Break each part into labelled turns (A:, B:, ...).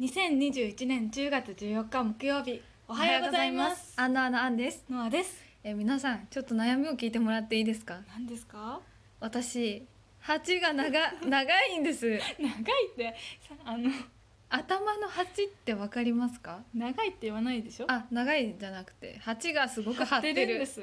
A: 2021年10月14日木曜日おはようございます
B: アンナアナアンです。
A: ノアです
B: えー皆さんちょっと悩みを聞いてもらっていいですか？
A: 何ですか
B: 私蜂が長 長いんです。
A: 長いってさあの
B: 頭の蜂ってわかりますか？
A: 長いって言わないでしょ
B: あ長いじゃなくて蜂がすごく張ってる。
A: んです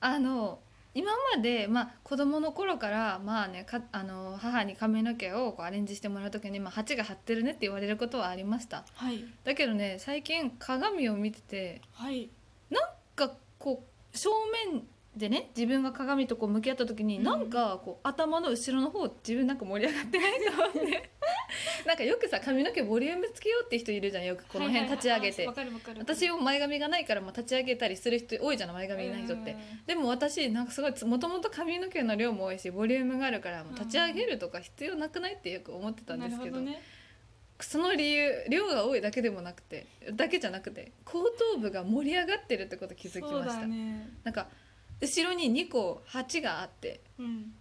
B: あの今まで、まあ、子供の頃から、まあね、かあの母に髪の毛をこうアレンジしてもらう時に、まあ、蜂が張ってるねって言われることはありました
A: はい
B: だけどね最近鏡を見てて
A: はい
B: なんかこう正面でね自分が鏡とこう向き合った時に、
A: うん
B: なんかこう頭の後ろの方自分なんか盛り上がってないと思って なんかよくさ髪の毛ボリュームつけようって人いるじゃんよくこの辺立ち上げて、
A: はいはいはいあわかるわかる
B: 私を前髪がないから、まあ、立ち上げたりする人多いじゃん前髪ない人って
A: うん。
B: でも私なんかすごいもともと髪の毛の量も多いしボリュームがあるからもう立ち上げるとか必要なくないってよく思ってたんですけど
A: なるほどね
B: その理由量が多いだけでもなくてだけじゃなくて後頭部が盛り上がってるってこと気づきま
A: そう
B: し
A: だ
B: た、
A: ね
B: なんか後ろに2個鉢があって
A: うん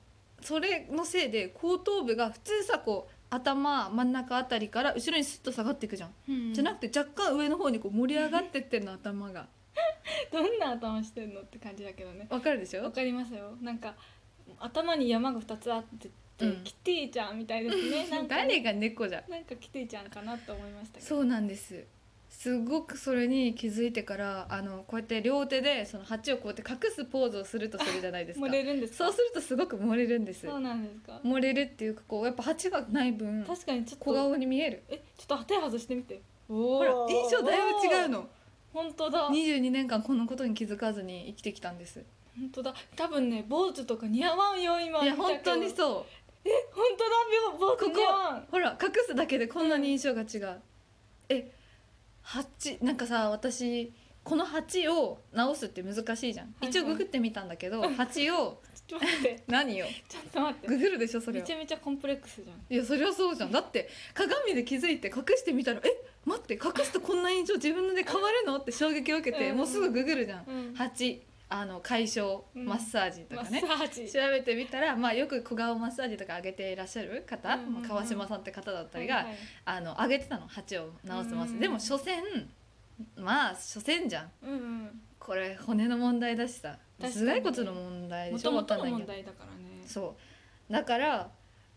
B: それのせいで後頭部が普通さこう頭真ん中あたりから後ろにスッと下がっていくじゃん、
A: うん
B: じゃなくて若干上の方にこう盛り上がってってんの頭が
A: どんな頭してんのって感じだけどね
B: わかるでしょ
A: わかりますよなんか頭に山が2つあってて、
B: うん
A: キティちゃんみたいです ねなんか
B: 誰が猫じゃん
A: なんかキティちゃんかなと思いましたけど
B: そうなんですすごくそれに気づいてからあのこうやって両手でその鉢をこうやって隠すポーズをするとするじゃないですか
A: 漏れるんですか
B: そうするとすごく漏れるんです
A: そうなんですか
B: 漏れるっていうかこうやっぱ鉢がない分
A: 確かにちょっ
B: 小
A: と
B: 顔に見える
A: えちょっと手外してみて
B: ほ
A: ほ
B: ら印象だいぶ違うの
A: 本当だ本
B: 22年間このことに気づかずに生きてきたんです
A: 当だ多分ね坊主とか似合わんよ今
B: いや本当に
A: う
B: そ
A: 本当だ坊
B: う
A: 主
B: ここ
A: 似合わん
B: ほら隠すだけでこんなに印象が違う、え鉢なんかさ私この鉢を直すって難しいじゃん、
A: はい
B: 一応ググってみたんだけど鉢を
A: ちょっと待って
B: 何よ
A: ちょっと待って
B: ググるでしょそれ
A: め
B: は
A: ちゃめちゃコンプレックスじゃん
B: いやそりゃそうじゃんだって鏡で気づいて隠してみたらえ待って隠すとこんな印象自分で変わるのって衝撃を受けて
A: うん
B: もうすぐググるじゃん、
A: うん
B: 8あの解消
A: うん
B: マッサージと
A: マ
B: か
A: ッ
B: ね、
A: サージ
B: 調べてみたら、まあ、よく小顔マッサージとか上げていらっしゃる方、
A: うんうんうん
B: まあ川島さんって方だったりが、
A: はいはい
B: あの上げてたの鉢を直すマッサージ、
A: うん
B: でも所詮まあ所詮じゃん
A: うんうん
B: これ骨の問題だしさ頭
A: 確かに
B: 蓋骨の問題で
A: も
B: しょ
A: ともと
B: わ
A: の
B: かんな
A: 問
B: いけど
A: 題だからね
B: そうだから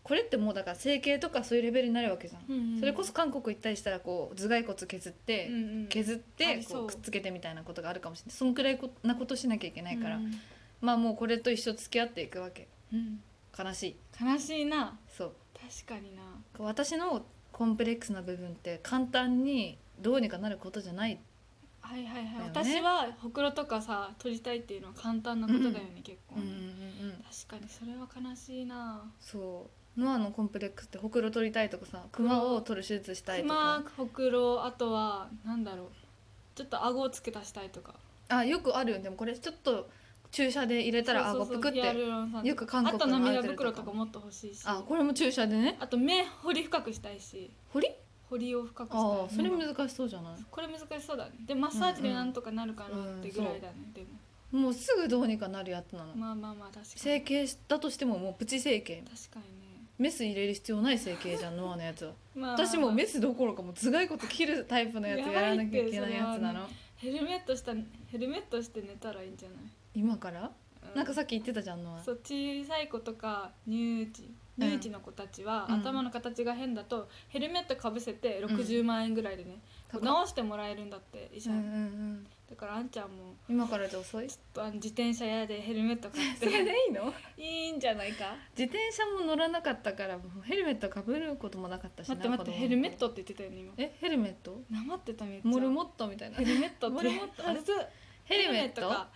B: これってもうだから整形とかそういうレベルになるわけじゃん、
A: うんうん
B: それこそ韓国行ったりしたらこう頭蓋骨削って、
A: うんうん
B: 削っ
A: あ
B: て
A: り
B: こ
A: そう
B: うくっつけてみたいなことがあるかもしれないそんくらいこなことしなきゃいけないから、
A: うん
B: まあもうこれと一生付き合っていくわけ
A: うん
B: 悲しい
A: 悲しいな
B: そう
A: 確かにな
B: こう私のコンプレックスな部分って簡単にどうにかなることじゃない
A: はいはいはい、
B: だよね
A: 私はほくろとかさ取りたいっていうのは簡単なことだよね、結構、
B: うんうんうんうん
A: 確かにそれは悲しいな
B: そうノアのコンプレックスってほくろ取りたいとかさクマを取る手術したい
A: つ
B: とか
A: まほくろあとはなんだろうちょっと顎をつけ足したいとか
B: あよくあるよでもこれちょっと注射で入れたら
A: そう
B: 顎
A: そうそう
B: ぷくっ
A: ヒア
B: て
A: ルロン酸とか
B: よく韓国
A: あと
B: のアイド
A: 涙
B: ルとか
A: 袋とかもっと欲しいし
B: あこれも注射でね
A: あと目掘り深くしたいし
B: 彫り
A: 掘りを深くしたい
B: ああそれ
A: うん
B: 難しそうじゃない、
A: これ難しそうだねでマッサージでなんとかなるかなってぐらいだね、でも
B: もうすぐどうにかなるやつなの、
A: まあまあまあ確かに
B: 整形だとしてももうプチ整形
A: 確かにね
B: メス入れる必要ない整形じゃんノアのやつは
A: まあ
B: 私もうメスどころかもう頭蓋骨切るタイプのやつやらなきゃいけないやつ
A: や
B: な
A: ばいってそれ
B: の
A: はヘルメットしたヘルメットして寝たらいいんじゃな
B: 今から、
A: い、
B: なんかさっき言ってたじゃんノア
A: そう小さい子とか乳児
B: うん
A: 乳児の子たちは、
B: うん
A: 頭の形が変だとヘルメットかぶせて60万円ぐらいでね、こう
B: 高っ
A: 直してもらえるんだって医
B: う
A: 者、
B: んうんうん
A: だからあんちゃんも
B: 今からじ ゃ遅い
A: ちょっとあの自転車屋でヘルメット買っ
B: それで
A: て
B: いいの
A: いいんじゃないか
B: 自転車も乗らなかったからもうヘルメットかぶることもなかったしな
A: 待って待って
B: 子供の頃
A: ヘルメットって言ってたよね今
B: えヘルメット
A: なまってためっちゃ
B: モルモットみたいな
A: ヘルメットって
B: モルモットあれ
A: 外す
B: ヘルメット
A: か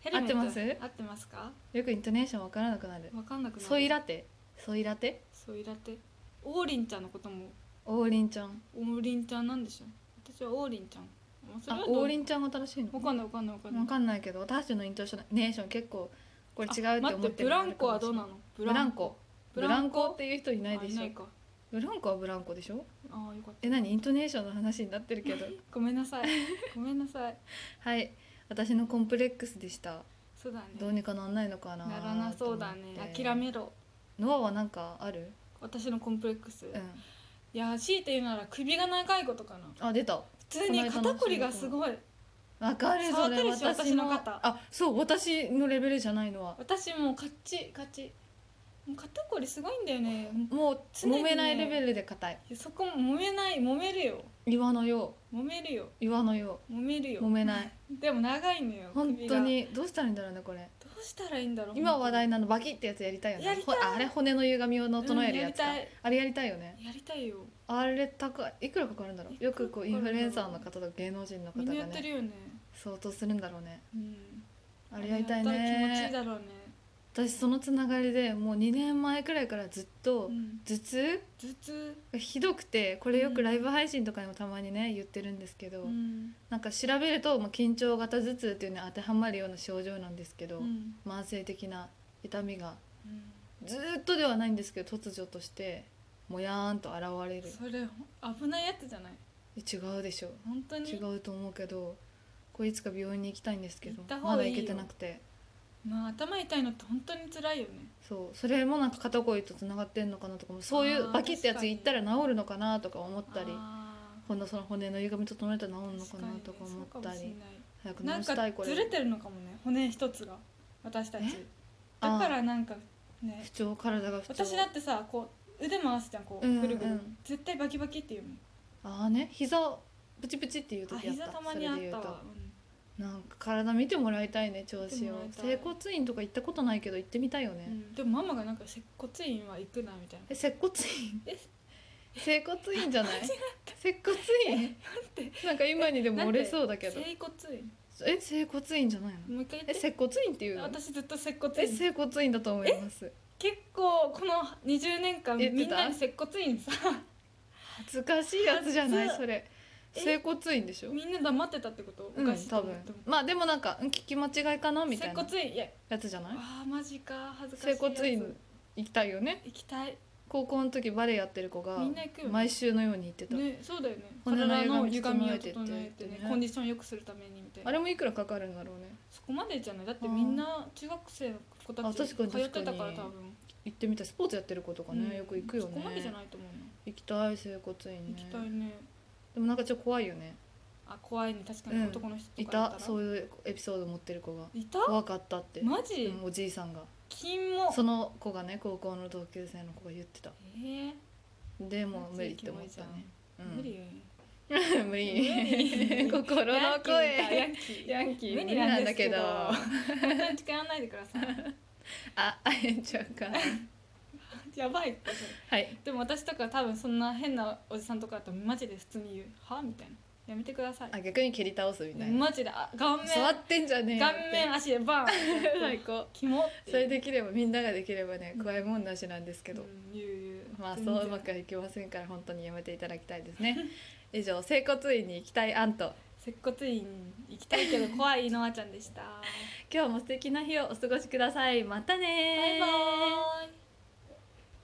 A: ヘルメット
B: 合ってます
A: 合ってますか
B: よくイントネーションわからなくなる
A: わかんなくなる
B: ソイラテソイラテ
A: ソイラテ王林ちゃんのことも
B: 王林ちゃん
A: 王林ちゃんなんでしょ私は王林ちゃんもうそれ
B: あ
A: はどう
B: 王林ちゃんが正しいの
A: わかんないわかんないわかんない
B: わかんないけど私たちのイントネーション結構これ違う
A: あ
B: って思ってる
A: 待ってブランコはどうなの
B: ブランコブ
A: ブ
B: ラ
A: ラ
B: ン
A: ン
B: コ
A: コ
B: っていう人いないでし
A: あ
B: ょ
A: いか
B: ブランコはブランコでしょ
A: あーよかった
B: え何イントネーションの話になってる けど
A: ごめんなさいごめんなさい
B: はい私のコンプレックスでした
A: そうだ
B: どう
A: ね
B: にかなんないのかな
A: ならなそうだ
B: と思っ
A: ね
B: て
A: 諦めろ
B: ノアはなんかある
A: 私のコンプレックス、
B: うん
A: いや強いて言うなら首が長いことかな
B: あ出た
A: 普通に肩こりがすごい
B: わかるそれ
A: 触ったでしょ私の肩
B: あそう私のレベルじゃないのは
A: 私もうカッチカチもう肩こりすごいんだよね
B: もう
A: 常にね
B: 揉めないレベルで硬い
A: いやそこも揉めない揉めるよ
B: 岩のよ
A: 揉めるよ
B: う岩のよ
A: 揉める
B: う
A: よ
B: 揉めない
A: でも長いのよ
B: 本
A: 首が
B: 当にどうしたらいいんだろうねこれ
A: どうしたらいいんだろう
B: 今話題
A: の
B: なのバキってやつやりたいよね
A: やりたい
B: ほあれ骨の歪みを整えるやつか、
A: うんやり
B: あれやりたいよね
A: やりたいよ
B: あれ高いいくらかかるんだろう
A: い
B: よ
A: くら
B: く
A: かか
B: こう
A: る
B: イ
A: の
B: ンフルエンサーの方とか芸能人の方
A: みん
B: が
A: なやってる
B: ね
A: よね
B: 相当するんだろうね
A: うん
B: あれやりたい
A: あれやったら気持ちいい
B: ね
A: だろうね
B: 私そのつながりでもう2年前くらいからずっと
A: うん
B: 頭痛
A: 頭痛
B: がひどくてこれよくライブ配信とかにもたまにね言ってるんですけど、
A: うん
B: なんか調べると、まあ、緊張型頭痛っていうのに当てはまるような症状なんですけど、
A: うん
B: 慢性的な痛みが
A: うん
B: ずーっとではないんですけど突如としてもやーんと現れる
A: それ危ないやつじゃない
B: 違うでしょ
A: 本当に
B: 違うと思うけどこれいつか病院に行きたいんですけ
A: 行
B: ど
A: った
B: ま
A: 方が
B: だ
A: いいよ
B: 行けてなくて
A: まあ頭痛いのって本当に辛いよね
B: そうそれもなんか肩こりとつながってんのかなとかもそうい
A: あ
B: う
A: ー
B: バキってや
A: 確
B: つ
A: かに
B: 行ったら治るのかなとか思ったり
A: あ
B: ほんのその骨の歪み整えたら治
A: ー
B: るのかなとか思った
A: 確かに
B: り
A: ね
B: 早く
A: そうかもしれ
B: 治し
A: な
B: た
A: い
B: い
A: なん
B: こ
A: か
B: れ
A: ずれてるのかもね骨一つが私たち
B: あー
A: だからなんかね
B: 不調体が不調
A: 私だってさこう腕回すじゃんこう
B: うんうん
A: ぐるぐる、絶対バキバキっていうもん
B: ああね膝プチプチっていう
A: あ
B: 時あった
A: 膝たまにあ
B: そ
A: っ
B: れで
A: た
B: 言う
A: わ
B: と、なんか体見てもらいたいね調
A: 見て
B: 子
A: も
B: を
A: らいたい
B: 整骨院とか行ったことないけど行ってみたいよね
A: う、んうんでもママがなんか接骨院は行くなみたいな
B: え接骨院 整骨院じゃ ない接骨院なんか今にでも折れそうだけど
A: 整骨院
B: え整骨院じゃないの
A: もう一回
B: え
A: 言って
B: 接骨院っていうの
A: 私ずっと接骨
B: え
A: 院
B: 整骨院だと思います
A: 結構この20年間
B: 言っ
A: み
B: てた
A: んなに接骨院さ
B: 恥ずかしいやつじゃない
A: 恥ず
B: それ
A: え
B: 整骨院でしょ
A: みんな黙ってたってことお
B: うん
A: かしいと
B: 多
A: 思
B: 分
A: っても
B: まあでもなんかうん聞き間違いかなみた
A: 接
B: いな
A: 骨院いや
B: やつじゃない
A: あーマジか恥ずかしい
B: 整
A: やつ
B: 骨院行きたいよね
A: 行きたい
B: 高校の時バレエやってる子が
A: みんな行くよね
B: 毎週のように行ってた、
A: ねそうだよね
B: 骨の
A: 体の歪
B: 歪
A: み
B: み
A: を
B: を
A: 整
B: 整
A: え
B: え
A: て
B: て
A: ね
B: ね
A: コンディション良くするためにみたい
B: あ
A: な
B: れもいくらかかるんだろうね
A: そこまでじゃないだってみんな中学生の子た
B: あ
A: ち
B: 確かに
A: 通ってたから
B: 確
A: 多
B: かに
A: 分
B: 行ってみたいスポーツやってる子とかね、よく行くよね
A: そこまでじゃないと思うな
B: 行きたい整骨院ね
A: 行きたいね
B: でもなんかちょっと怖いよね
A: あ怖いね確かに
B: うん
A: 男の人と
B: い
A: かだったら
B: そういうエピソード持ってる子が
A: いた
B: 怖かったって、
A: マ
B: う
A: ジ
B: んおじいさんが
A: 金も
B: その子がね高校の同級生の子が言ってた
A: え
B: で
A: え
B: もう無理って思ったね、うん
A: 無理よ 無
B: 無理
A: 理
B: 心の声
A: ヤンキー
B: ヤンキー
A: 無
B: 無
A: 理
B: 理
A: な
B: なん
A: で
B: んだ
A: すけ
B: け
A: ど
B: ど
A: 本当に近寄らないでください
B: あ会えちゃうか
A: やばいってそれ
B: はい
A: でも私とか多分そんな変なおじさんとかだとマジで普通に言う「は?」みたいな「やめてください
B: あ逆に蹴り倒すみ」たいな
A: マジであ顔面
B: 座ってんじゃねえよっ
A: 顔
B: て
A: 面足で バーンみたいな
B: 最高
A: キモって
B: それできればみんなができればね怖いもんなしなんですけど、
A: うん言う言う
B: まあそううまくはいきませんから本当にやめていただきたいですね以上整骨院に行きたい案と
A: 接骨院行きたいけど怖いのあちゃんでした
B: 今日も素敵な日をお過ごしくださいまたねー
A: バイバーイ